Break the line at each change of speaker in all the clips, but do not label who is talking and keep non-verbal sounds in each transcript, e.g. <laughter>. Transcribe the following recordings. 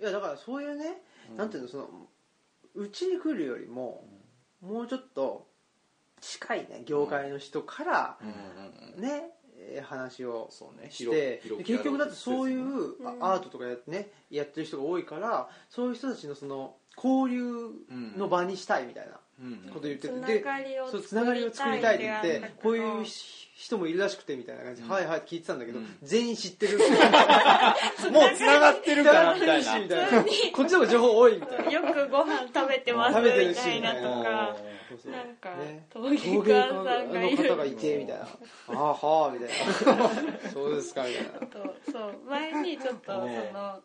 いやだからそういうね、
うん
なんていうのそのうちに来るよりも、もうちょっと近いね業界の人から
うんうんうん
ね、えー話を
そうね
して
広
で
広くやろう
結局だってそういううあアートとかや,、ね、やってる人が多いからそういう人たちのその交流の場にしたいみたいな
うん
こと言って
つ
て、
な
で
がりを
そうつながりを作りたいって言って
うん
こういう人もいるらしくてみたいな感じで、
うん
はいはいって聞いてたんだけど、
うん
全員知って
<laughs>
る <laughs>
もう繋がってるからみたい
知ってるしみた
な
いなこっちの方が情報多いみたいな
よくご飯食べてます
食
み
べてるした
いなとか
そうそう
なんか
ね
陶芸家さんがい
の方が
る
いてみたいな「あーはあ」みたい <laughs> な「そうですか」みたいな
とそう前にちょっと
お
その
う
ま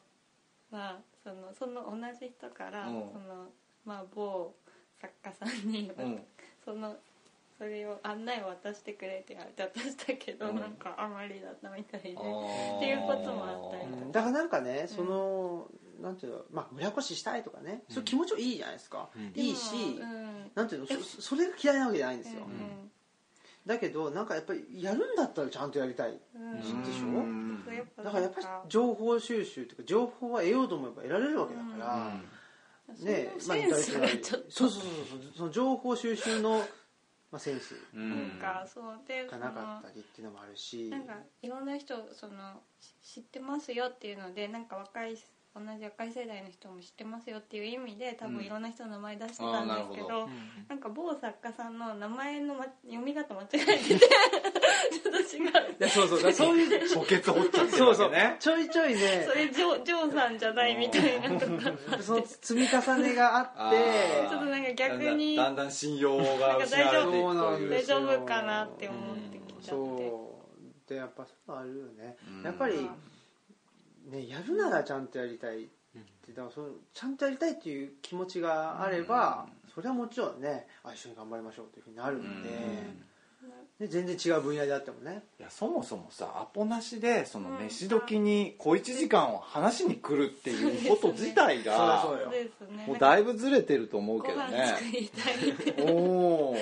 あそのその同じ人からそ
うん
のまあ某作家さんに
うん
そのそれを案内を渡してくれって言われて渡したけど、
うん
なんかあまりだったみたいで
あー
っていうこともあったり
うんだからなんかねその、なんていうのまあ親越ししたいとかね、
うん
そういう気持ちはいいじゃないですか、
うん
いいし、
でもうん
なんていうのそそれが嫌いなわけじゃないんですよ、
ん
だけどなんかやっぱりやるんだったらちゃんとやりたい
うんうん
でしょ
うん
そうやっぱ
だからやっぱり情報収集というか情報は得ようと思えば得られるわけだから、ね
そのセンスがちょっ
そうそうそうそうその情報収集の、まあ、センス
う
と
ん
なんかそうでそ
が
の
なかったりっていうのもあるし
なんかいろんな人そのし知ってますよっていうのでなんか若い同じ若い世代の人も知ってますよっていう意味で多
うん
分いろんな人の名前出してた
あー
んですけ
なるほ
ど,、
ど
うん
なんか某作家さんの名前の、ま、読み方間違えて <laughs> てちょっと違う
いやそうそうだからそう
<laughs>
いう
補欠掘っちゃってる
そう
わ
そ
け
う
ね
ちょいちょいね
それジョジョーさんじゃないみたいなとか
その積み重ねがあって
ちょっとなんか逆に
だんだんだんだん信用が失われていくという
大丈夫かなって思ってきちゃって
そうでやっぱそういうのあるよね、
うん
やっぱりねやるならちゃんとやりたいって、だからそのちゃんとやりたいっていう気持ちがあれば、それはもちろんねあ一緒に頑張りましょうというふうになるんで,、で全然違う分野であってもね
いやそもそもさアポなしでその
うん
飯時に小1時間を話しに来るっていうこと自体が
そうだ
そうですね
もうだいぶずれてると思う
ご
けど
飯作
ね
りたいって
おお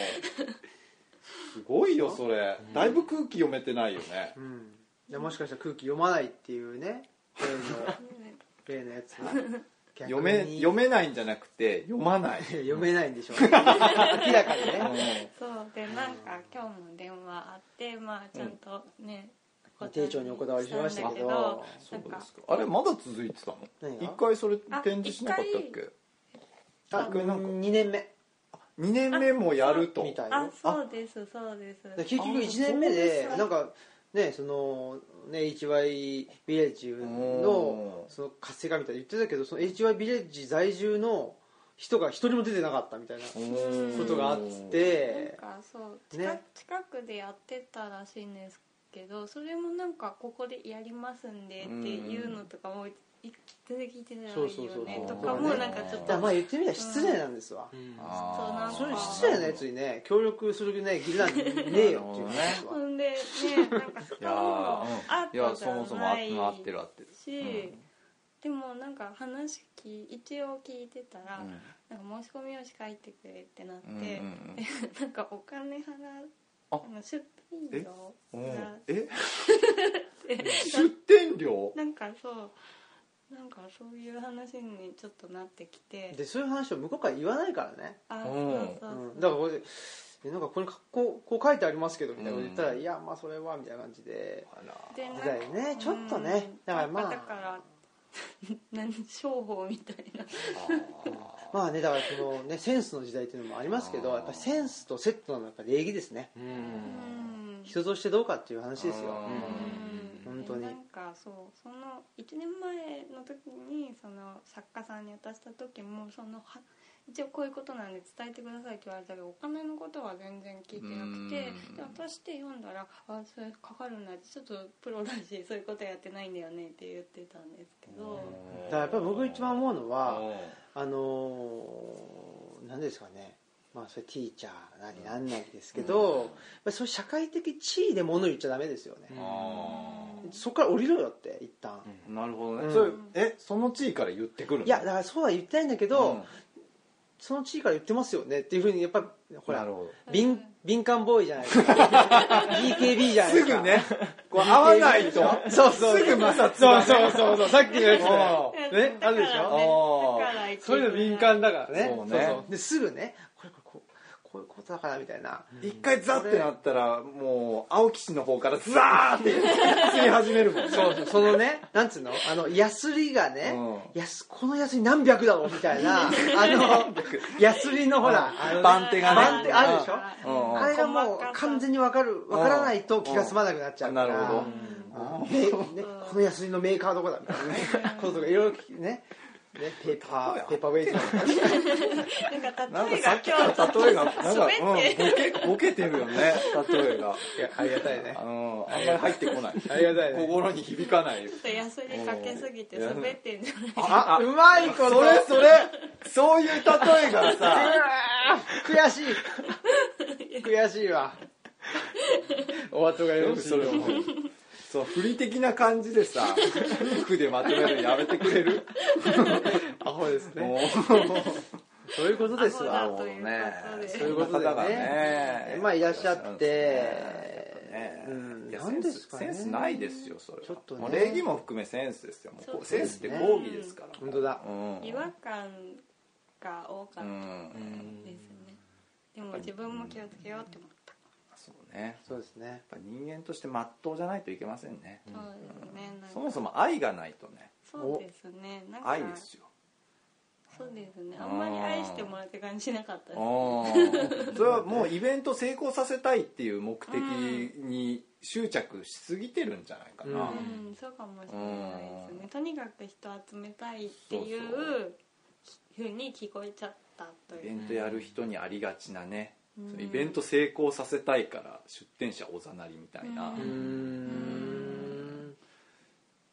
すごいよそれだいぶ空気読めてないよね
うんでもしかしたら空気読まないっていうね例の例のやつ
<laughs>
逆に
読め読めないんじゃなくて読ま
<laughs>
ない
いや <laughs> 読めないんでしょう
<laughs>
ね明らかにね、
そうでなんか今日も電話あってまあちゃんとね、
まあ丁重にお断りしましたけど
し
そ
た
うんで
だけどなんか
すかあれまだ続いてたの
何が
一回それ展示しなかったっけ
あ
一回なんか
2年目
2年目もやると
みたいよ
あそうですそうです
で結局1年目でなんかねそのね HY ビレッジの
うん
その活性化みたいに言ってたけどその HY ビレッジ在住の人が一人も出てなかったみたいなこ
こと
があっ
なん
て
かそう近,、
ね
近くでやってたらしいんですけどそれもなんかここでやりますんでっていうのとかもい全然聞いてないよ
そうそうそう
ね
そ
と
う
かもなんかちょっ
だ
と
からまあ言ってみたら失礼なんですわ
あー
そういう失礼なやつにね協力するね義理なんてねえよっていう話ですわ
ほんでねなんかそこ
い
も
やーうん
あっ
いや
たじ
そ
ゃ
もそもあ
ない
合ってる合ってる
し、でもなんか話聞い一応聞いてたら、
うん
なんか申し込み用紙書いてくれってなって、
うんうんうん
でなんかお金払う
あ
あの出品料
う
が
ん <laughs> え出店料
なんかそうなんかそういう話にちょっとなってきて
でそういう話を向こうから言わないからね
あ
う
そ
ん
うそう
うん
そ
だから
う、
これでえなんかここにかこうこう書いてありますけどみたいなこと言ったら、
うん
いやまあそれはみたいな感じで
あら
でなんか
だよねちょっとね
うん
だからまあ
なんだから <laughs> 何商法みたいな
まあねだからそのねセンスの時代っていうのもありますけど
あー
やっぱりセンスとセットなのはやっぱ礼儀ですね
うん
人としてどうかっていう話ですよ
あ
うん本当に
でなんかそうその1年前の時にその作家さんに渡した時もそのは一応こういうことなんで伝えてくださいって言われたけどお金のことは全然聞いてなくて
うん
で渡して読んだら「あそれかかるんだ」ってちょっとプロだしそういうことやってないんだよねって言ってたんですけど
だからやっぱり僕一番思うのは
あ
あのー何ですかねまあそれティーチャーなりなんなりですけど、
うん
やっぱりそういう社会的地位で物言っちゃダメですよね、
あ
そこから降りろよって一旦、
ーなるほど
う
ね
ん
それえその地位から言ってくるの
いやだからそうは言ってないんだけど、
うん
その地位から言ってますよねっていうふうにやっぱほら
なるほど
敏敏感ボーイじゃないですか BKB じゃないです
す
か
ぐね <laughs> こう合わないと
そうそう
すぐ摩擦
そうそうそうそうさっきのやつ
う
ねねあるでしょ
あー
ょだから
そういうの敏感だからね
そうね
ですぐねこれこれこうこういうことだからみたいな
一回ザってなったらもう青騎士の方からザーって釣り始めるもんね
そうそうそのねなんつうのあのヤスリがね、やすこのヤスリ何百だろうみたい
<laughs>
なあのヤスリのほらあの
番手がね
番手あるでしょ
うん
あれがもう完全に分かる分からないと気が済まなくなっちゃうから、
うんなるほど
あーめね、このヤスリのメーカーどこだみたい
<laughs>
なねこととかいろいろねねペーパーペーパーウェイトとか
なん
な
か
んか
例え
さ
が
っき
今日ちょっ
の
と
例えがなんか、うん、ボ
滑って
ケボケてるよね例えが
ありがたいね
あの <laughs> あんまり入ってこない
ありがたいね
心に響かない
ヤスリかけすぎて滑ってんじゃない
あうまいこと
それそれそういう例えがさ
うわー悔しい悔しいわお後がよろしい
それをそう振り的な感じでさ夫婦でまとめるのやめてくれる
アホですね
<laughs> もう
そういうことです
ア
わ
ホだということで
そういうことだからね
まあいらっしゃって
ね
うん
いや
なんですかね
センスセンスないですよそれは
ちょっとね
もう礼儀も含めセンスですよもうこう
そう
セ
で
ン
す
ス
ね
って講義ですから
本当だ
うん
違和感が多か
う
っ
ん
たですねでも自分も気をつけようって思った
そうねやっ
そうですね
ぱ人間として真っ当じゃないといけませんね
そうですねなんか
そもそも愛がないとね
そうですねなんか
愛ですよ
そうですねあんまり愛してもらって感じしなかったです
うんそれはもうイベント成功させたいっていう目的に執着しすぎてるんじゃないかな、
うん
うんそうかもしれないです
う
ねとにかく人集めたいっていう
そう
ふうに聞こえちゃったと
イベ
いう
ントやる人にありがちなね、
うん
そのイベント成功させたいから出店者おざなりみたいな、
うーん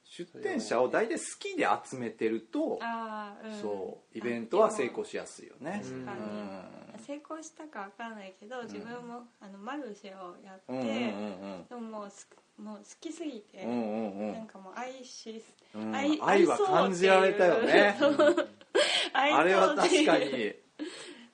出店者を大体好きで集めてると、
ああうん
そうイベントは成功しやすいよね
う、ん
確か
うん
に成功したかわかんないけど自分も、あのマルシェをやって、
うんうん
でももうすもう好きすぎて、
うんうんうんうん
なんかもう愛し
うんうん
愛
愛は感じられたよね
そう愛
あれは
そう <laughs> ってい
確
う
かに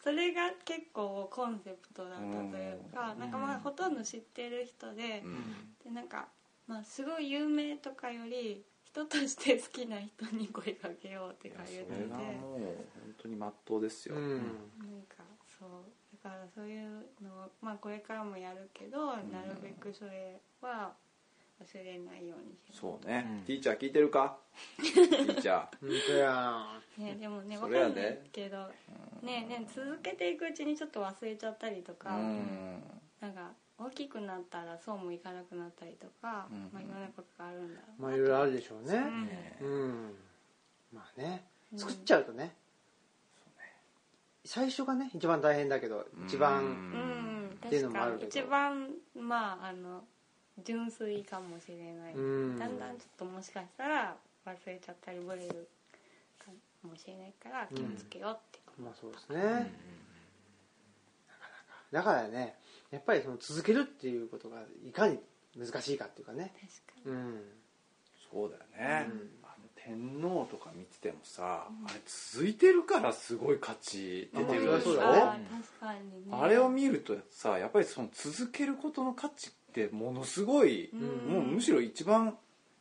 それが結構コンセプトだったというか、
うん
なんかまあほとんど知ってる人で
う,、ん
でなんか、まあ、すごい有名とかより人として好きな人に声かけようって
いや
か
そ
言
れ
ってて
が
なん
もう本当に真っ当ですよ、
うん
かそうだからそういうのを、まあ、これからもやるけど、なるべくそれは忘れないようにしよ
そうね、
うん
ティーチャー聞いてるかティーチャー
本当や
う、ね、でもね
そ
わ
れ
か
は
ん
ね
ないけど、ねね続けていくうちにちょっと忘れちゃったりと <laughs> か。
うん
なんか大きくなったらそうもいかなくなったりとか、
うん
まあ、いろんなことがあるんだろう
まあいろいろあるでしょうね
うん
ね
うんまあね
うん
作っちゃうとね最初がね一番大変だけど一番
う
うん
ん
っていうの
確
もあ
か
るけ
に
ど
一番まああの純粋かもしれない、
うん
だんだんちょっともしかしたら忘れちゃったりブレるかもしれないから気をつけようって、
まあそうですねだからねやっぱりその続けるっていうことがいかに難しいかっていうかね
確かに
うん
そうだよね、
うん
あの天皇とか見ててもさ、あれ続いてるからすごい価値出てるでし
あまあそりゃそう
ょ
だよ
あ
あー確かにね
れを見るとさやっぱりその続けることの価値ってものすごい、
うん
もうむしろ一番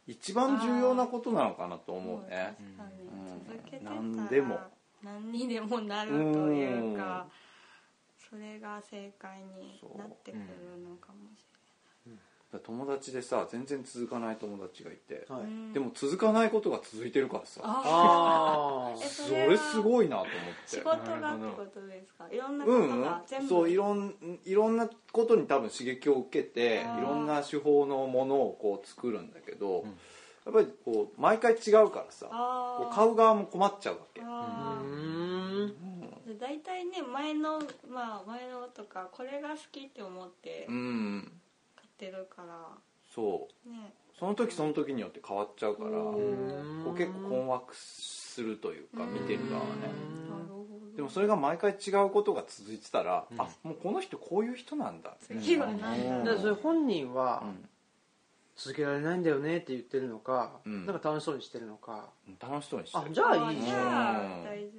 一番重要なことなのかなと思うね
確かに
うん
続けてたら
何でも
何にでもなるというかそれが正解になってくるのかもし
友達でさ全然続かない友達がいて、
れ
は
ないい、うん
でも続かないことが続いてるからさ
あ
あ
え
あ
それすごいなと思って
仕事がってことですかいろんなこ
う
と
ん
が全部、
そういろんいろんなことに多分刺激を受けて
あー
いろんな手法のものをこう作るんだけど、や
うん
っぱりこう毎回違うからさ
あ
こ
ー
う買う側も困っちゃうわけ、
う
あー
ーん
で大体ね前のまあ前のとかこれが好きって思って
うん
買ってるから
そう
ね
その時その時によって変わっちゃうから
う
こ
ん
う結構困惑するというか見てる側はね
なるほど
でもそれが毎回違うことが続いてたら、
うん
あもうこの人こういう人なんだ
次は何だろ
だ
う
からそれ本人は
うん
続けられないんだよねって言ってるのか、
うん
なんか楽しそうにしてるのか
楽しそうにして
あ
る
じゃあいい
じ
じゃ
ね
ん
ゃあ大丈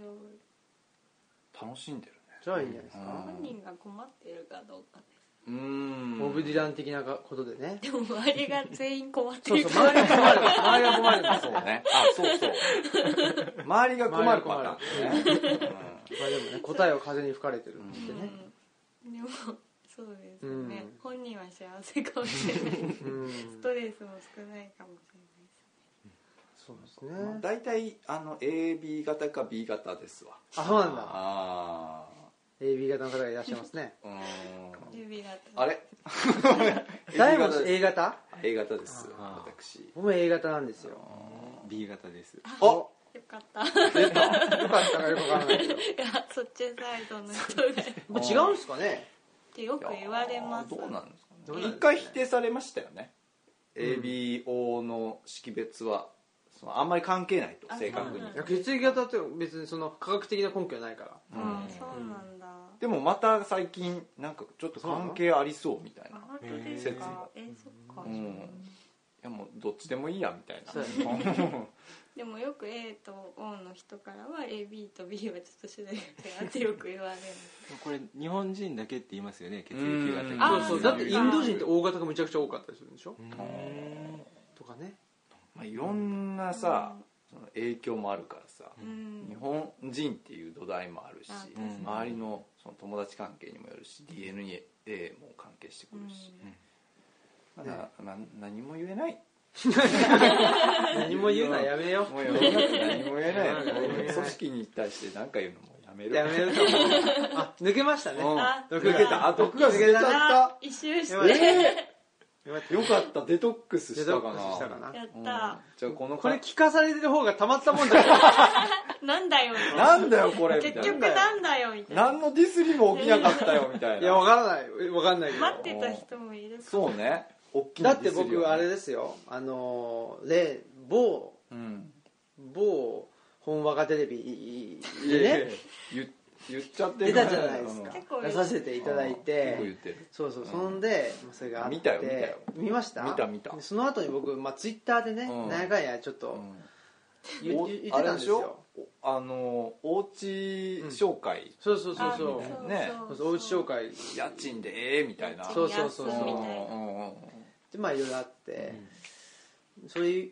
夫
楽しんでるね
それはいいんじゃないですか、
本人が困ってるかどうか
うん
ボブ・ディラン的なことでね
でも周りが全員困って
そう
る
そう
から
周りが困る周りが困るんです
そう
よ
ねあそうそう周りが困るパターンですね
まあでもね答えを風に吹かれてるんで
う
ね
んでもそうですよね、
うん
本人は幸せかもしれない
うん
ストレスも少ないかもしれない
そうです
うんまあ
ね
大体あの AB 型か B 型ですわ
あそうなんだ
あ
AB 型の方がいらっしゃいますね
あうん
指が
あ <laughs> れ
大
A
門
型
A 型
A 型です
あー
私
僕も A 型なんですよ
B 型です
あよ
よかった <laughs> い
か
だからよくわからないけど
やそっちサイドの人でっ
これ違うんですかね
てよく言われます
どうなんですかね
どうなんですかね
一回否定されましたよね、
うん
ABO の識別はそのあんまり関係ないと
あ
正確に、
そうなん
い
だ
や血液型って別にその科学的な根拠はないから
あ
うん
そうなんだ、
でもまた最近なんかちょっと関係ありそうみたい
あ
な
本当で
へ
す
ー
かえそっか、
うんいやもうどっちでもいいやみたいな
そう
<laughs>
でもよく A と O の人からは AB と B はちょっと種類が違うってよく言われる
これ日本人だけって言いますよね血液
う
型
ん
が
そうそうだってインド人って
う
O 型がむちゃくちゃ多かったりするんでしょ
ん
とかね
まあ、いろんなさ、その影響もあるからさ、
うん
日本人っていう土台もあるし、
あ確
かに
周りのその友達関係にもよるし DNA も関係してくるし、まだな何も言え <laughs> ない
何も言うのはやめよ
もうやめよう何も言え
何も言え
な
ない
い組織に対して何か言うのもやめ
う
る
やめようと <laughs> あ抜けましたね
うん
あ
抜けたあ毒が抜けちゃっ
あ
た
一周して
や
や
ばいよかった
よかったデトックス
デ
し
ト
た
ッ
か
ク
な
スしたかな
った、
じゃあこの
これ
か
聞かされてる方がたまったもんだから
なんだよみたいな
なんだよこれみたい
結
な
局なんだよみたいな
何のディスりも起きなかったよみたい
いやわ
な
からないわかんないけど
待ってた人もいるから
そうね大き
だ
な
っ
デ
て
ィスりをね
僕あれですよあのー例某
うん
某本和歌テレビ
いや
で
いやいや
ね
言言っちゃって
出
る
たじゃないですか
結構
出させていただい
結構言っててる
そうそう
うん
そんでまあそれがあって
見たよ見たよ
見ました
見た見た
でその後に僕まあツイッターでね
うん
何回やちょっ
う
と
ん
言
お
言言ってたんですよ
あれでしょおあのおうち紹介、
そうそうそう
あ
そう
みたいなね
そうそうおうち紹介
家賃でええみたいな
そうそうそうそう
みたい
うん
な
うんうん
でまあいろいろあってそれ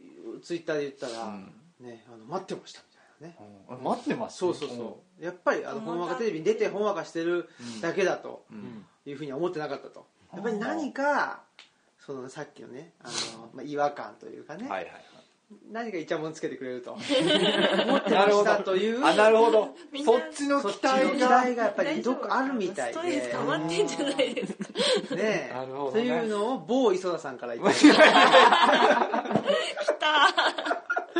ツイッターで言ったら
うん
ねあの待ってましたみたいなね
うん待ってます
そうそうそうやっぱりあの
ほん
本
わ
和
か
歌テレビに出て本和歌してるだけだと
うん、うん
いうふうには思ってなかったとやっぱり何かそのさっきのねあの、まあ、違和感というかね、
はいはいはい
何かイチャモンつけてくれると
<laughs>
思ってましたという
あなるほど
<laughs> みんな
そっちの
そっ
期
ちの期
待
待
が
がやっぱりどこあるみたいで
ストレス溜まってんじゃないですか
ね
なるほどね
というのを某磯田さんから言って
も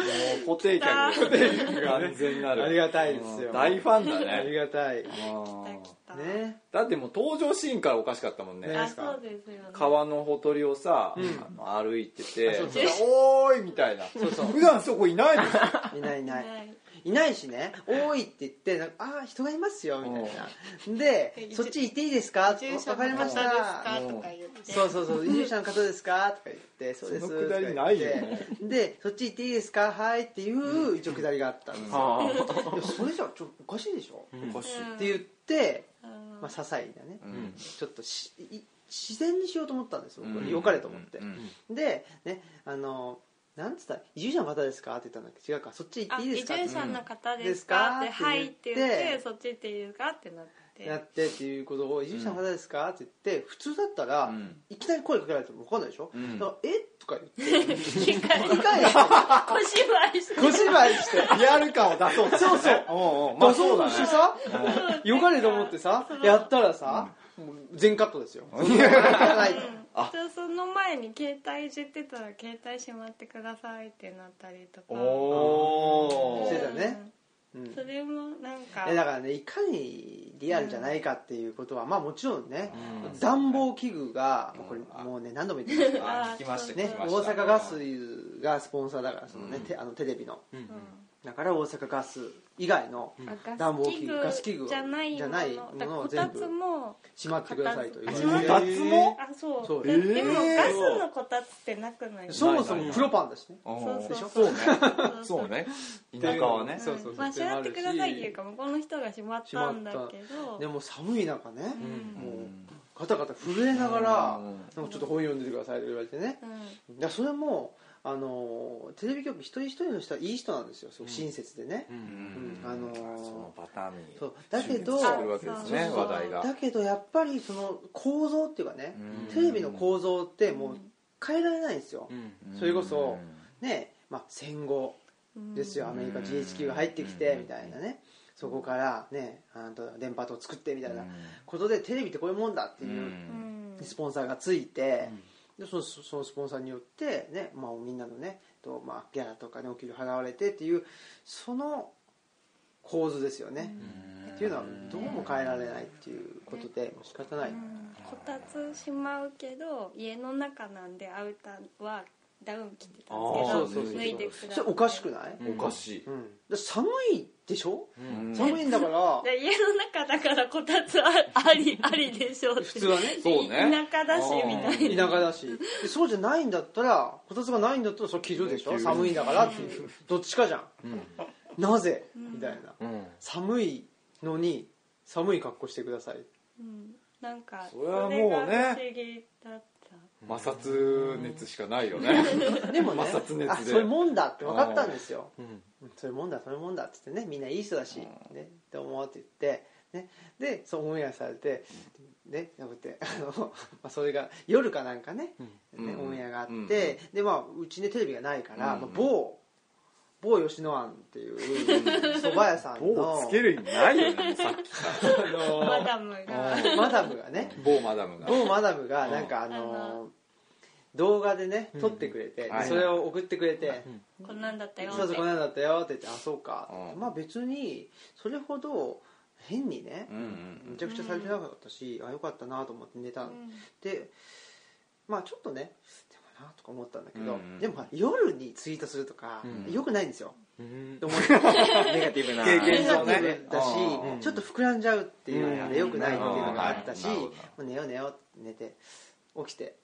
う固定
<laughs>
客が完全になる
ありがたいですよ
うん大ファンだ
あり
ね
がたい
うん
来た来た
ね
だってもう登場シーンからおかしかったもんね
ね
あそうですよね
川のほとりをさ、
うん
あの歩いてて
あそう
そう
「おーい!」みたいな
そうそう
普段そこいないでしょ
いないいない
はい
いないしね「多い」って言ってなんか「ああ人がいますよ」みたいな
<laughs>
で「そっち行っていいですか?」
移住者
わ
の
かりまし
方で
た」
すかとか言って
そうそうそう移住者の方ですか?」とか言って「そうです」
<laughs> そ
と
のくだ
か
り
言
な
っ
いよ
て
ね
で「そっち行っていいですかはい」っていう一応くだりがあったんですよいやそれじゃちょおかしいでしょ
うん
おかしい
うん
って言って
うん
まあ些細なね
うん
ちょっとしい自然にしようと思ったんですよ
う
僕
ん
良かれと思って
うん
でねあのなんつったら移住者の方ですか?」って言ったんだけど違うかそっち行っ
あ
ていいで
移
すか?」
住者の方ですか?」って
ですか
「はい」って言っ
って言って
て「そっち行っていいですか?」ってなっ
や
<laughs> て
ってっていうことを「移住者の方ですか?」って言って普通だったら、
うん
いきなり声かけられても分かんないでしょ、 <laughs>
うん
だからえとか言って
理解
理解して
小芝居して
小芝居して
リアル感を出そう
<laughs>
そうそうおうおうま
出
あそ
そうう
だ
と
ね
してさよかれと思ってさやったらさ、もう全カットですよない
あ
うん、その前に携帯いじってたら携帯しまってくださいってなったりとか
お
して
ー
たね、うん
うんそれもなんか
えだからねいかにリアルじゃないかっていうことは、まあもちろんね、
うん
暖房器具が、これ
うん
もうね何度も言ってますけど
<laughs> あ聞きました
ね
聞きま
大
した
阪ガスがスポンサーだからそのね、
うん
てあのテレビの
うん
うん
だから大阪ガス以外の暖房器具ガ
ガ
ス
ス
器
器
具
具
を
じゃないも
じゃ
の
ないも
だか
の
ら
を
こ
全
た
部
つも
しまってくださいと
こ
い
た
う
つあしまっ
え
て
たつも
あそう
そう
で
えー
でもガスのこたつってなくない
そもそもプロパンだしね
あー
そうそう
そうね
そ
そううね田舎はね
そうそうそう
まあしまってくださいっていうか向こうの人がしまったんだけど
でも寒い中ね
うん
もうガタガタ震えながら
うん
なんかちょっと本読んでてくださいと言われてね
うん
だからそれもあのテレビ局一人一人の人はいい人なんですよすごく親切でね
う
うんん
あのー
そのパターンに
そうだけど
集結してるわけですね
そう
話題が
だけどやっぱりその構造っていうかね
うん
テレビの構造ってもう変えられないんですよ
うん
それこそねまあ戦後
うん
ですよアメリカ GHQ が入ってきてみたいなねそこからねあの電波塔を作ってみたいなことでテレビってこういうもんだって
うん
いう
うん
スポンサーがついて、でそのそのスポンサーによって、ねまあ、みんなのねと、まあ、ギャラとかねお給料払われてっていうその構図ですよね、
うん
っていうのはどうも変えられないっていうことで、もう仕方ない、
うんこたつしまうけど家の中なんでアウターはダウン着てたん
あー
そう
です
そう
け
そう
ど脱いでくだ
そ
さ
れおかしくない、うん
うん
おかしい
だ寒いでしょ、
うん
寒いんだから
で家の中だからこたつあありありでしょうって
普通はね
そうね
田舎だしみたい
田舎だしでそうじゃないんだったらこたつがないんだったらそれ気丈でしょ
うん
寒いんだからっていうどっちかじゃん
うん
なぜ
うん
みたいな
うん
寒いのに寒い格好してください
うんなんか
それはもうね
それが不思議だった
摩擦熱しかないよね
でもね
摩擦熱で
あそういうもんだって分かったんですよ
うん
うんそういうもんだそういうもんだって言ってねみんないい人だし、ね、どうもって言って、ね、でそうオンエアされてねこうやってあの、 <laughs> まあ、それが夜かなんかね,、
うん
ね
うん
オンエアがあって、
うん
でまあうちねテレビがないから、
うん
まあ、某某吉野庵って
<laughs>
いう蕎麦屋さん
棒
の
つける意味ないよねさっき
マダムが
か
<laughs>
ら
マダムがね
某マダムが
某マダムがなんかあの動画でね撮ってくれて、
うん
それを送ってくれて、
こんなんだったよ
そう
っ
そう
て
こんなんだったよって言ってあそうか、
うん
まあ別にそれほど変にね
うんうん
めちゃくちゃされてなかったし、あよかったなと思って寝たの、
うん
でまあちょっとねでもなとか思ったんだけど、
うん
でもまあ夜にツイートするとか、
うん
よくないんですよ、
うん
と思って
ネガティブな
経
ネ
験
ガ
上
テ
ね
ィブだし、
うん
ちょっと膨らんじゃうっていうのが、
うん
ね、よくないっていうのがあったし、
うん
もう寝よう寝ようって寝て起きて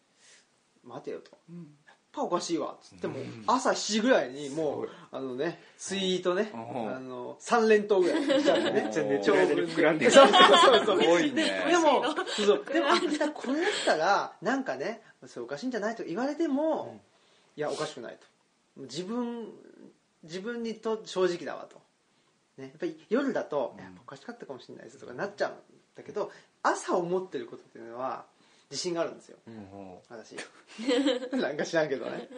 待てよと、やっぱおかしいわっつってもう朝7時ぐらいにもうあのねツイートね、
うん
あの3連投ぐらい来たんでね
長文で膨らんでる
そうそうそう
すごいね
でもそうそうでもあこれだったらなんかねそれおかしいんじゃないと言われても、いやおかしくないと自分自分にと正直だわと、ね、やっぱり夜だと、いやおかしかったかもしれないですとかなっちゃうんだけど朝思ってることっていうのは自信があるんですよ <laughs> 私なんか知らんけどね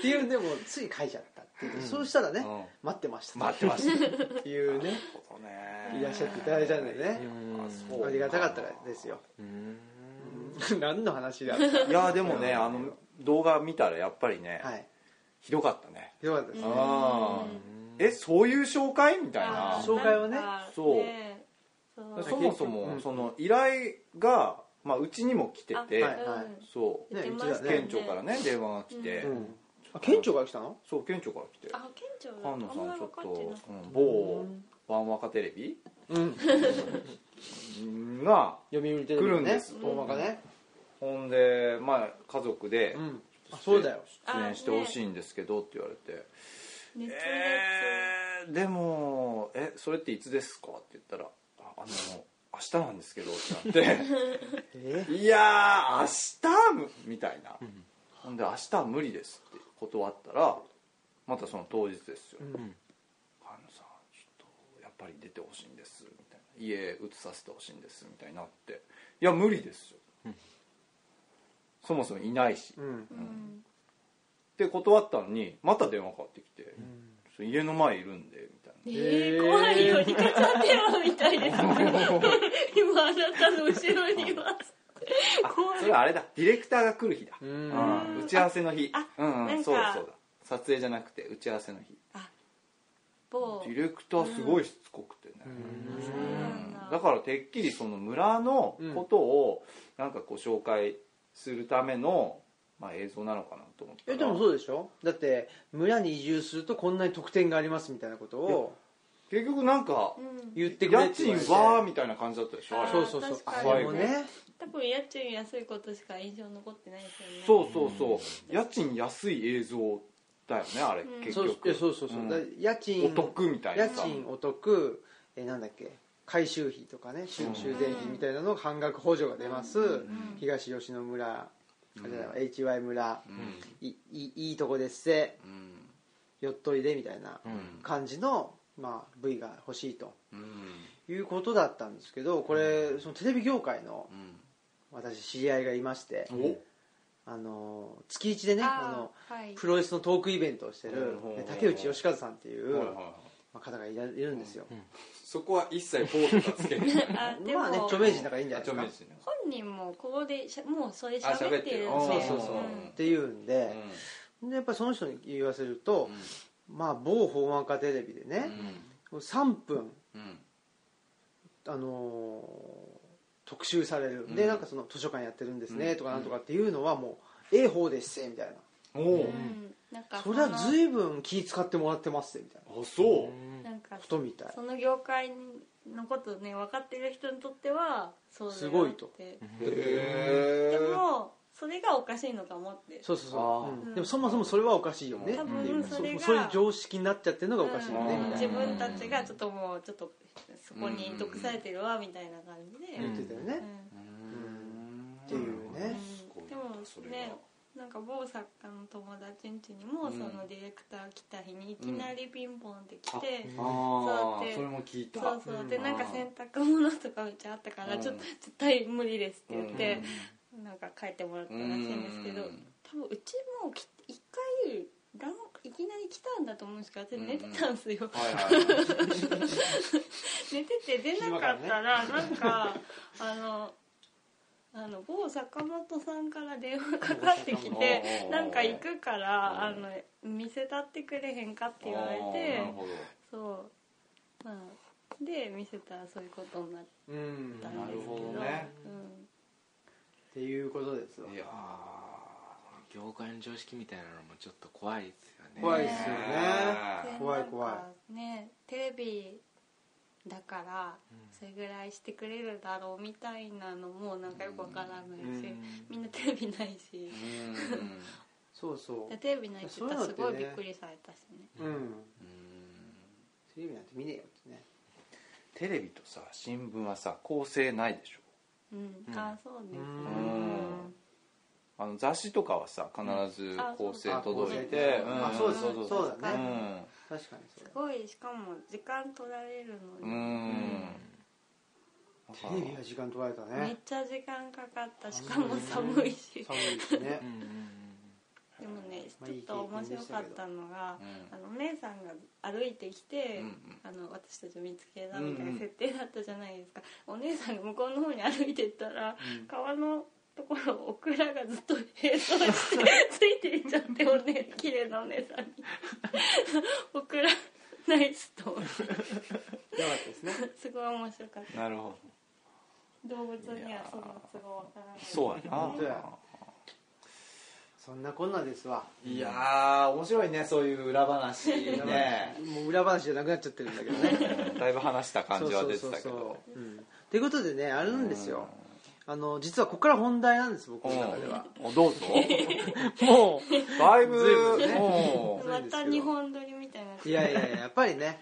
っていうんでもうつい書いちゃったっていう、そうしたらね、
うん
待ってました
待ってました
っていうね
そうね
いらっしゃっていただいたんでね、
あそう
ありがたかったですよ
うん
<laughs> 何の話だ
<laughs>
った
いやでもねあの動画見たらやっぱりね、
はい
ひどかったね
よかったです、
うん
あーえそういう紹介みたい
あ
な
ー
そう紹介をね
なんか
そう
ねそう
そもそ
結
も
局
その依頼が、まあ、うちにも来てて、
あはい
そ
言ってました
う
う
ね
県庁からね電話が来て、
うんあ県庁から来たの
そう県庁から来て
あ、県庁だ
菅野
あん
さ
ま
んちょ
分
っ
かってな
と
かっ、
うん某ワンワカテレビ
うん
が
読売テレビのね
来るんです
大まかね
ほんで、まあ、家族で
うんあそうだよ
出演してほしいんですけどって言われて、
た熱
えーでもえそれっていつですか?」って言ったら「ああの明日なんですけど」ってな
え
って「いやー明日む」みたいな、ほんで「明日は無理です」って断ったらまたその当日ですよ「菅、野、さんちょっとやっぱり出てほしいんです」みたいな「家移させてほしいんです」みたいになって「いや無理ですよ」そもそもいないし、
う
っ
ん
うん
て断ったのにまた電話かかってきて「そう家の前いるんで」みたいな。
えー、怖いよリカちゃんテロみたいですね今あなたの後ろにいます
あ
怖い
それあれだディレクターが来る日だ、
う
うんん打ち合わせの日
あ
うん
な
うん
か
んそうだそうだ撮影じゃなくて打ち合わせの日
某
ディレクターすごいしつこくてね、
うん
うんだからてっきりその村のことをなんかこう紹介するためのまあ、映像なのかなと思って
えでもそうでしょだって村に移住するとこんなに特典がありますみたいなことを
結局なんか
うん
言ってくれ
家
って言
賃
われて
はみたいな感じだったでしょあれ
そうそうそう
あー
か
確
に
あれもね
多分家賃安いことしか印象残ってないですよね
そうそうそう家賃安い映像だよねあれ
うん
結
そう
局、
いやそうそうそう、
ん
だ家賃
お得みたいな
家
さ
賃お得えーなんだっけ改修費とかね修
うん
修繕費みたいなのが半額補助が出ます、
ん
東吉野村あれだよ HY 村、
うん
いいいいとこですせ
うん
寄っといでみたいな
うん
感じの、まあ、部位が欲しいと
うん
いうことだったんですけどこれそのテレビ業界の
うん
私知り合いがいまして
お
あの月一でねあ
あ
の
ーはい
プロレスのトークイベントをして
うん
る
ほうほうほう
竹内義和さんっていう
はいはいはい
まあ方がいらいるんですよ、
そこは一切ポーズがつけない
あでも
まあね著名人だからいいんじゃ
あ
ないで
著
すか
名
っ
人ね
本人もここでしゃもうそれ
あ喋
喋
っ
ってて
る
るんで
そうそうそうんていうんで、
う
でやっぱりその人に言わせると
ん、
まあ、某法案家テレビでね、3分、
うんうん
あのー特集される、
うん
でなんかその図書館やってるんですね、
うん
とかなんとかっていうのはもうええ方ですせみたい
お
う
お
んなんか
な
そ
そ
の
れは随分気使ってもらってますぜみたい
あそう
なんか
なことみたい
その業界のことね分かってる人にとってはそうだよ
すごいと
って
へ
で
え
もそれがおかしいのかもって
そうそう
あ
そう
ー、
うんでもそもそもそれはおかしいよね
多
っ
分
ていう
それが
そういう常識になっちゃってるのがおかしいよね
うん
みたいな
自分たちがちょっともうちょっとそこに毒されてるわみたいな感じで、
言ってたよね、
うん
うん
っていうね
すごい
で
なそ
も
れ
ね
は
なんか某作家の友達ん家にも、
うん
そのディレクター来た日にいきなりピンポンって来て、
あ
そうや
あ
って
それも聞いた
そうそう、
うん
でなんか洗濯物とかうちあったから、
うん
ちょっと絶対無理ですって言って、
う
なんか帰ってもらったらしいんですけど、
うん
多分うちもき一回ランいきなり来たんだと思うんですけど私寝てたんですよ、
んはいはいはい
寝てて出なかったらなんかあのあの某坂本さんから電話かかってきて
うん
なんか行くからあ
うん
の見せたってくれへんかって言われ
あーなる
て
ほど
そうまあで見せたらそういうことにな
うん
ったんですけど
なるほどね
っていうことですわ
いや
業界の常識みたいなのもちょっと怖いですよね
怖い
ー
っすよね
うんで
怖い怖い
なんかねテレビだからそれぐらいしてくれるだろうみたいなのもなんかよくわからないし、みんなテレビないし
うん
そうそう
テレビの位置とすごいびっくりされたしね
うん
うん
テレビなんて見ねえよってね
テレビとさ新聞はさ構成ないでしょ
う、
うんん
あそうですね
うんあの雑誌とかはさ必ず
あ
構成
あ
届
こう
い
やって
てん
あそうです
そう
そう
そう
だね、
うん
確かにそう
す
だ
ごいしかも時間取られるの
う
に、
ん
テレビは時間取られた
めっ
ね
ちゃ時間かかったしかも寒いし
寒いしね
でもね
まあ
ちょっと面白かったのが
うん
あのお姉さんが歩いてきて、
うんうん
あの私たちを見つけたみたいな設定だったじゃないですか、お姉さんが向こうの方に歩いてったら、川のところオクラがずっと並走してついていっちゃっておね綺麗なお姉さんにオクラナイスと思って
よかったですね
すごい面白かっ
なるほど
た動物にはその都合わからない
そうや
本当や
な
そんなこんなですわ
いやー面白いねそういう裏話ね
もう裏話じゃなくなっちゃってるんだけどね
だいぶ話した感じは出てた
そ
け
うそう
ど
そうそううんということでねあれなんですよあの実はここから本題なんです僕の中では
うんおどうぞ
も
だいぶ
随分ね
も
そう
ま
ですけ
た
ど
日本撮りみたいになっ
う
て
いやいやいややっぱりね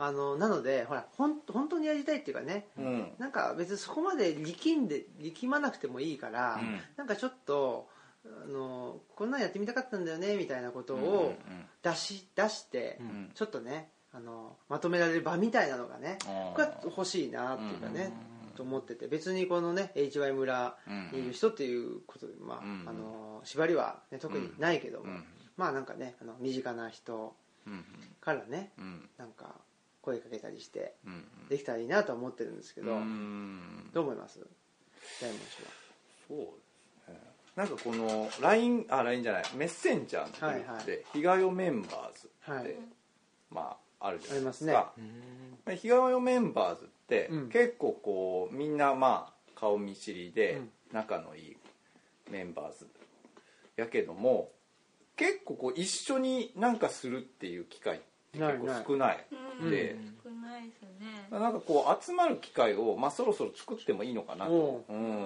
あのなのでほらほん本当にやりたいっていうかね
ううん
なんか別にそこまで力んで力まなくてもいいから、
うん
なんかちょっとあのこんなんやってみたかったんだよねみたいなこと
うん
を出し,、出して、
ん
ちょっとねあのまとめられる場みたいなのがね
あー
僕は欲しいなっていうかね、と思ってて別にこのね HY 村にいる人っていうことで、まあ
うん
あの縛りは、ね、特にないけども、
うん
まあなんかねあの身近な人
うん
からね
うん
なんか声かけたりして
うんうん
できたらいいなとは思ってるんですけど。
うん
どう思います大門氏は
そうですねなんかこの LINE あ LINE じゃないメッセンジャーって言っ
は
て、
いはい
日替よメンバーズって、
はい
まああるじゃないです
あり
かで日替よメンバーズって、
うん
結構こうみんなまあ顔見知りで、
うん
仲のいいメンバーズやけども結構こう一緒になんかするっていう機会って結構少ない
うん
で
少ないですね
なんかこう集まる機会を、まあ、そろそろ作ってもいいのかなと、うん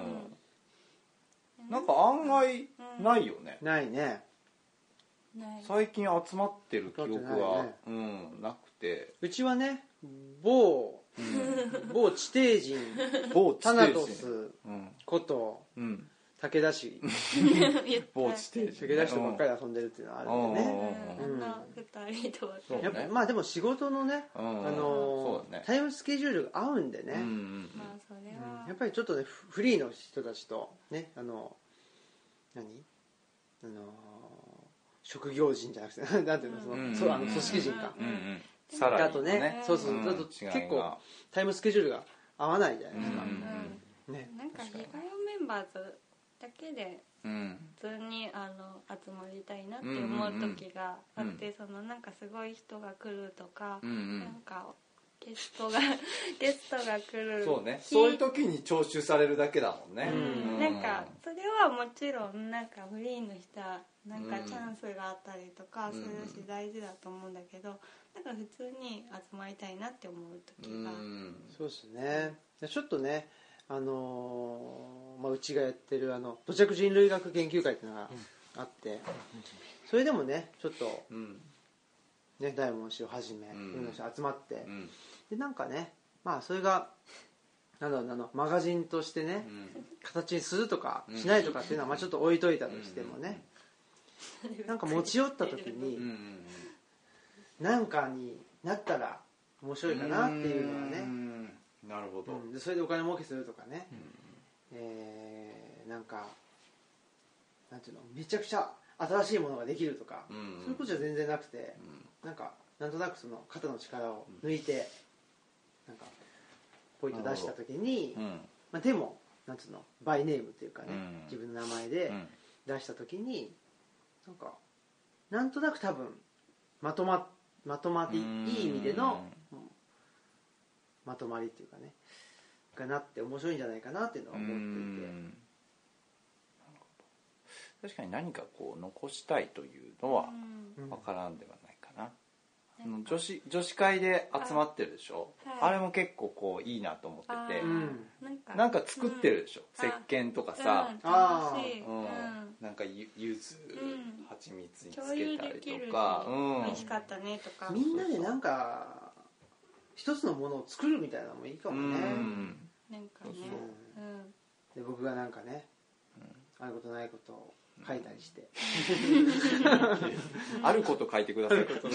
なんか案外ないよね、
ないね
ない
最近集まってる記憶
集まってない
は
ね
うん、なくて
うちはね某某地底人
某地
タナ
底
ト
人
ス
うん
こと
うん
武田氏
某地底人
武田氏とばっかり遊んでるっていうのはあるんで
う
ね
うんんあんな二人とは
そう
やっぱまあでも仕事のね、
うんうん
あ
そ
の
うだね
タイムスケジュールが合うんでね、
うんうん
まあそれは
やっぱりちょっとねフフリーの人たちとねあの何あの職業人じゃなくて <laughs> なんていうのその,、
うん
そうあの組織人か、
うんうんうん
で
さらに
だとねそうそう、
うん
だと結
違い
構
が
タイムスケジュールが合わないじゃな
う
い
ん
で
う
すか、
うん
ん
ね
なんか被害メンバーズだけで
うん
普通にあの集まりたいなって思う時があって、そのなんかすごい人が来るとか、
うんうん
なんかゲストが <laughs> ゲストが来る
そうね
日
そういう時に徴収されるだけだもん
う
ね
ん
う
なんかそれはもちろんなんかフリーの人はなんか
うん
チャンスがあったりとかするし大事だと思うんだけどなんか普通に集まりたいなって思う
う
時が、
ん
そうですねでちょっとねあのーまあ、うちがやってるあの土着人類学研究会っていうのがあって、それでもねちょっと
うん
ね大門氏をはじめ、
ん
いろんな人集まって、
うん
でなんかねまあそれがなんだろうなあのマガジンとしてね、
うん
形にするとか
うん
しないとかっていうのはまあちょっと置いといたとしてもね、なんか持ち寄った時
う
に
ん
なんかになったら面白いかなっていうのはね、
うんなるほど
うんでそれでお金儲けするとかね、えーなんかなんていうのめちゃくちゃ新しいものができるとか、
うん
そういうことじゃ全然なくて、
ん
なんかなんとなくその肩の力を抜いて、なんかポイント出した時に、
うん
まあ、でもなんていうのバイネームっていうかね、
うん
自分の名前で、
うん
出した時になんかなんとなく多分まとままとまり
うん
いい意味でのうんまとまりっていうかねがなって面白いんじゃないかなっていうのは思っていて
うん確かに何かこう残したいというのは
うん
わからんではないかなあ
な
の
んか
女子女子会で集まってるでしょ
は
あ
い
れも結構こういいなと思って
う
う
て
んん
なんか
なんか作ってるでしょ
うん
石鹸とか
うん
さ
楽しい、
う
うんん
なんかゆゆず
うん
蜂蜜につ
共
け
有
た
でき
り
るし
とかうん
美味しかったねとか
みんなでなんか一つのものを作るみたいなのもいいか
う
もね
ん
なんかね
そう
そう
うん
で僕がなんかねあることないことを書いたりして
あること書いてください
わか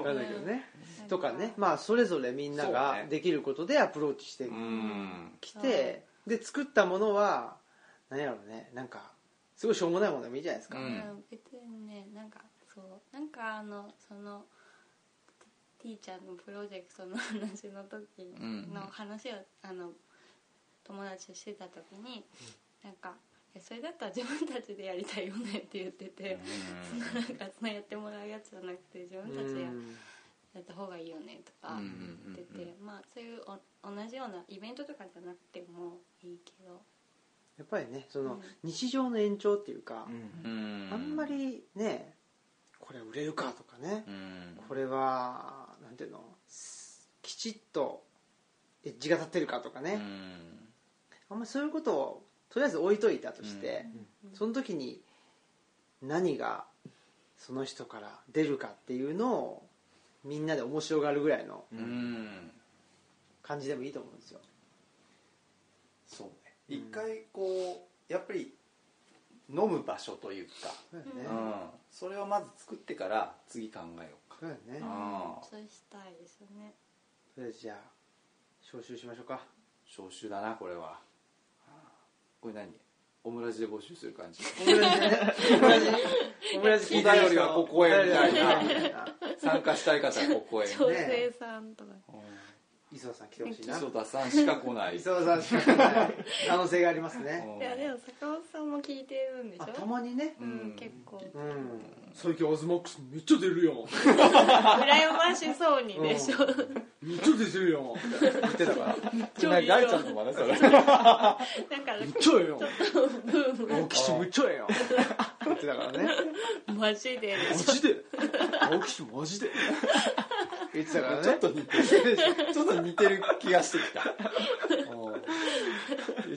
んないけどね
ん
とかねまあそれぞれみんな
そう
が
ね
できることでアプローチしていく
うん
来て、で作ったものは何やろうねなんかすごいしょうもないものでもいいじゃないですか、
う
うんん、別にねなんかそうなんかあのそのティーちゃんのプロジェクトの話の時の話を、あの友達としてた時に、なんかいやそれだったら自分たちでやりたいよねって言ってて、そのなんかそのやってもらうやつじゃなくて自分たちでややった方がいいよねとか
うん
言ってて、
うんうん
まあそういうお同じようなイベントとかじゃなくてもいいけど
やっぱりねその、
うん
日常の延長っていうか、
うん
あんまりねこれ売れるかとかね
う、ん
これはなんていうのきちっとエッジが立ってるかとかね、
うん
あんまりそういうことをとりあえず置いといたとして、
うん
その時に何がその人から出るかっていうのをみんなで面白がるぐらいの
うん
感じでもいいと思うんですよ。
そうね一回こうやっぱり飲む場所というか、
そうだよ
う
ね、
ん、それをまず作ってから次考えようか
そうだよね、
あー
そうしたいですよね
とりあえずじゃあ招集しましょうか
招集だなこれはこれ何オムラジで募集する感 <laughs> じ
オムラジねオムラジオムラジ聞いてる人
お便りはここへみたいな
お便りはここへみたいな
参加したい方はここへ
調整さんとか、
うん
磯田さん来てほしいな
磯田さんしか来ない
磯田さんしか来ない可能性がありますね
うん
いやでも坂本さんも聞いてるんでし
あた
ょ
まにね
う
うん
ん結構
うん最近アズマックスめっちゃ出るよ
羨ましそうにでしょ
めっちゃ出てるよ言ってたから
超
ない
い
ガ
よ
イちゃんの真似それ
だから
ちゃええよ
ブー
青木氏めっちゃええよ言ってたからね
ムマジで
マジで青木氏マジで言ってたからね
ちょっと似てるちょっと似てる気がしてきた
うん言っ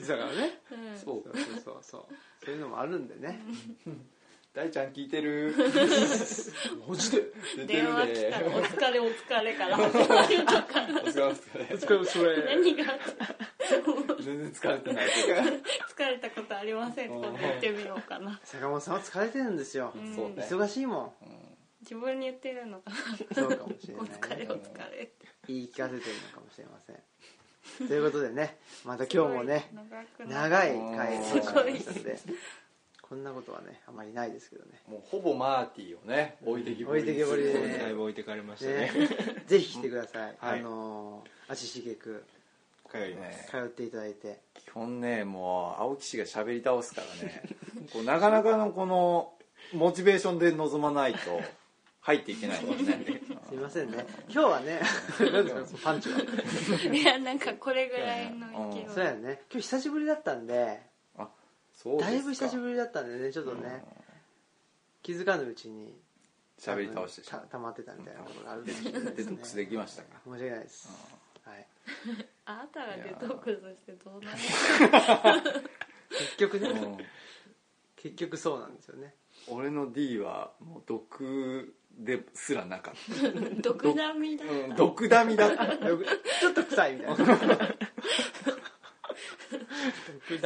てたからね
うん
そう
そうそうそうそうそういうのもあるんでね
大ちゃん聞いてる
マジで
出て
電
る
話来たら「お
ね
疲れお疲れ」
<laughs>
から始まるとか
お疲れ様です
疲れそれ
何があっ
全然疲れてない
た疲れたことありませんとか言ってみようかな
坂本さんは疲れてるんですよ
うん
そうね
忙しいも
自分に言ってるのかなん
そうかもしれ
<laughs> お疲
ない
れ
ね
お疲れって
言い聞かせてるのかもしれませんということでねまた今日もね
長くなる
長い回になりました
す
のでこんなことはねあまりないですけどね
もうほぼマーティーをね置いてきぼりに
置いてきぼりで
そうね
だいぶ置いてかれました
ね
ね
ぜひ来てくだ
<laughs>
さい、
はい
あのー足しげく
通います
通
ね
っていただいて
基本ねもう青木氏が喋り倒すから
<laughs>
ねこうなかなかのこのモチベーションで臨まないと入っていけないも
<laughs>
んね
すいませんね今日は
<laughs>
ね何ですかそのパンチはい
やなんかこれぐらいの勢い
そうやね今日久しぶりだったんで
そうで
だ
すか
いぶ久しぶりだったんでねちょっとね、気づかぬうちに
喋り倒してしま
た
う
溜まってたみたいなことがあるかもしれない
デトックスできましたか
申し訳ないです、はい、
あなたがデトックスしてどうなる
結局ね、
うん
結局そうなんですよね
俺の D はもう毒ですらなかっ
の毒並みだ
た、
っ
うん、
た
毒ダミだ
<laughs>
った
ちょっと臭い
<laughs>
みたいな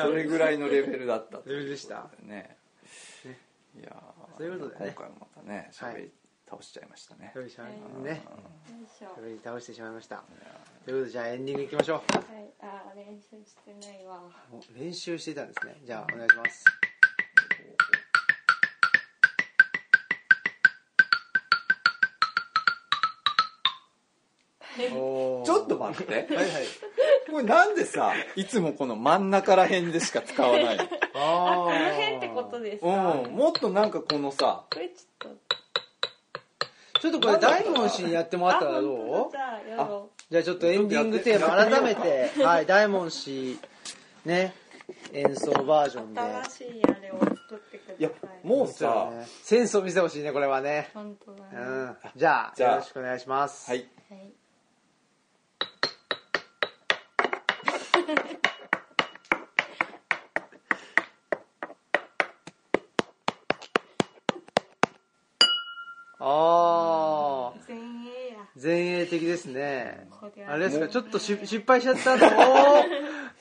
それぐらいのレベルだった
レベルでした
ねいやー
そういうことでね
今回もまたね喋り倒しちゃいましたね、
よいしょね
よいしょ
喋り倒してしまいましたということでじゃあエンディングいきましょ
はいあー練習してないわ
うお練習してたんですねじゃあお願いしますおー
ちょっと待って
<laughs> はいはい
これなんでさいつもこの真ん中ら辺でしか使わないの
あ
この辺ってことですか
うんもっとなんかこのさ
これちょっ
ちょっとこれ大門氏にやっても
と
らったら
あ
どう
本当だじゃあやろ
じゃあちょっとエンディングテーマ
や
改
ってみ
め
よ
てはい大門氏ね演奏バージョン
う
で
新しいあれを作ってください
いやもう
そうだ
さ、
ねセンスを見せてほしいねこれはね
本当だね
う
は
んじゃあ
じゃあ
よろしくお願いします
はい
い
ああ
前衛や
前衛的ですね
こりゃ
あれですかちょっとし失敗しちゃ <laughs> ったのを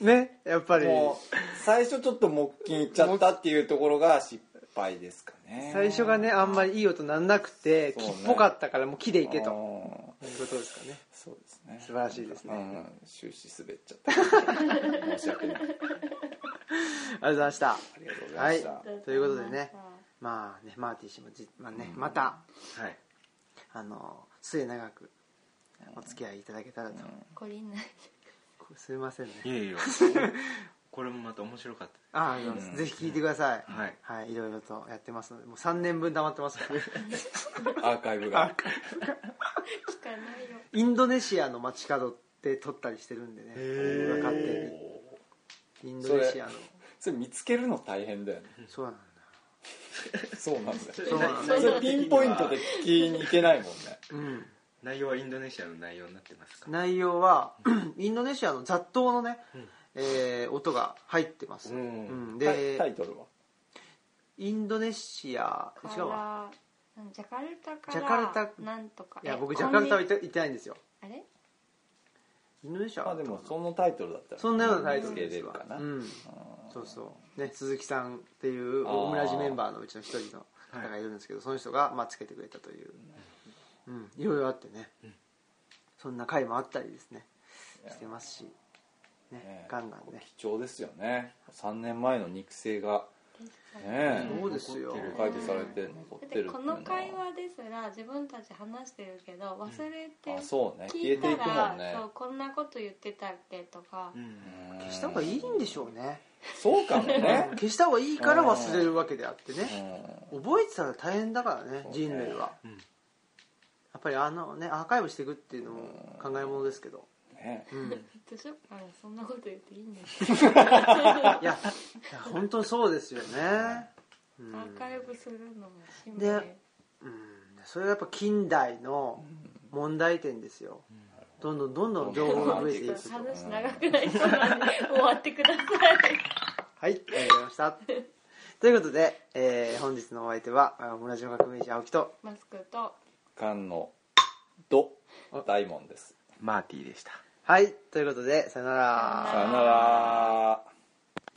ねやっぱり
もう最初ちょっと木琴いっちゃったっていうところが失敗ですかね
最初がねあんまりいい音なんなくて
そう
木っ
ね
ぽかったからもう木でいけ
う
と
ん
いうことですかね
そうですね
素晴らしいですね
うん終始滑っちゃった申し訳ない
ありがとうございました
ありがとうございました、
はいということでねまあねマーティ氏もじ、まあね、また
はい
あの末永くお付き合いいただけたらと、
こりない
すいませんね
いやいやこれもまた面白かっ
ああ、ぜひ聞いてください、
たはい
はい、いろいろとやってますのでもう3年分溜まってます <laughs> から
アーカイブが
聞かないよ
インドネシアの街角で撮ったりしてるんでね僕が勝手にインドネシアの
それ見つけるの大変だよね
そうなんだ
そうなんだよ
そうなんだ
それピンポイントで聞きに行けないもんね
うん
内容はインドネシアの内容になってますか
内容は <clears throat> インドネシアの雑踏のね、えー音が入ってます、
うん
うん
タイタ
で
イトルは
インドネシア
か
違うわ
らジャカルタから
ジャカルタ
なんとか
いや
え
僕ジャカルタは
こん
行
に
って行ってないんですよ
あれ
インドネシア
ま
は
あでもそのタイトルだったら
そんなようなタイトル
見つけ
で
れ
す
る
わ
かな、
うん、そうそう、ね、鈴木さんっていう
あー
オムラジメンバーのうちの一人の方がいるんですけど、その人が、まあ、つけてくれたという、うん、いろいろあってね、そんな回もあったりですねしてますし、ね
ね
ガンガンね
貴重ですよね3年前の肉声が
で
ね
そうですよ
残っ
改
てる
定されて残
だ
っ
ってて
るって
こ
いうの
の会話ですら自分たち話してるけど忘れて
あそうね消
聞
え
いた
ていくも
ら
んね
そうこんなこと言ってたっけとか
うん
消した方がいいんでしょうね
そうかも
<laughs>
ね
消した方がいいから忘れるわけであってね
う
覚えてたら大変だからね
そうね
人類は
うん
やっぱりあのねアーカイブしていくっていうのも考えものですけど、
んね
うん、い
図書館そんなこと言っていいんですか
やいや本当にそうですよね、うん
アーカイブするのが使命
でうん、それがやっぱ近代の問題点ですよ、どんどんどんどん情報が増えてい
ちょっ
く
と
と
話長くなりそうな
<laughs>
んで終わってください
はい、ありがとうございま <laughs> した。ということで、えー本日のお相手は、あ村上革命児青木と、
マスクと
菅野ド大門です
マーティーでした
はい、ということで、さよなら
さよな
さ
ら
よなら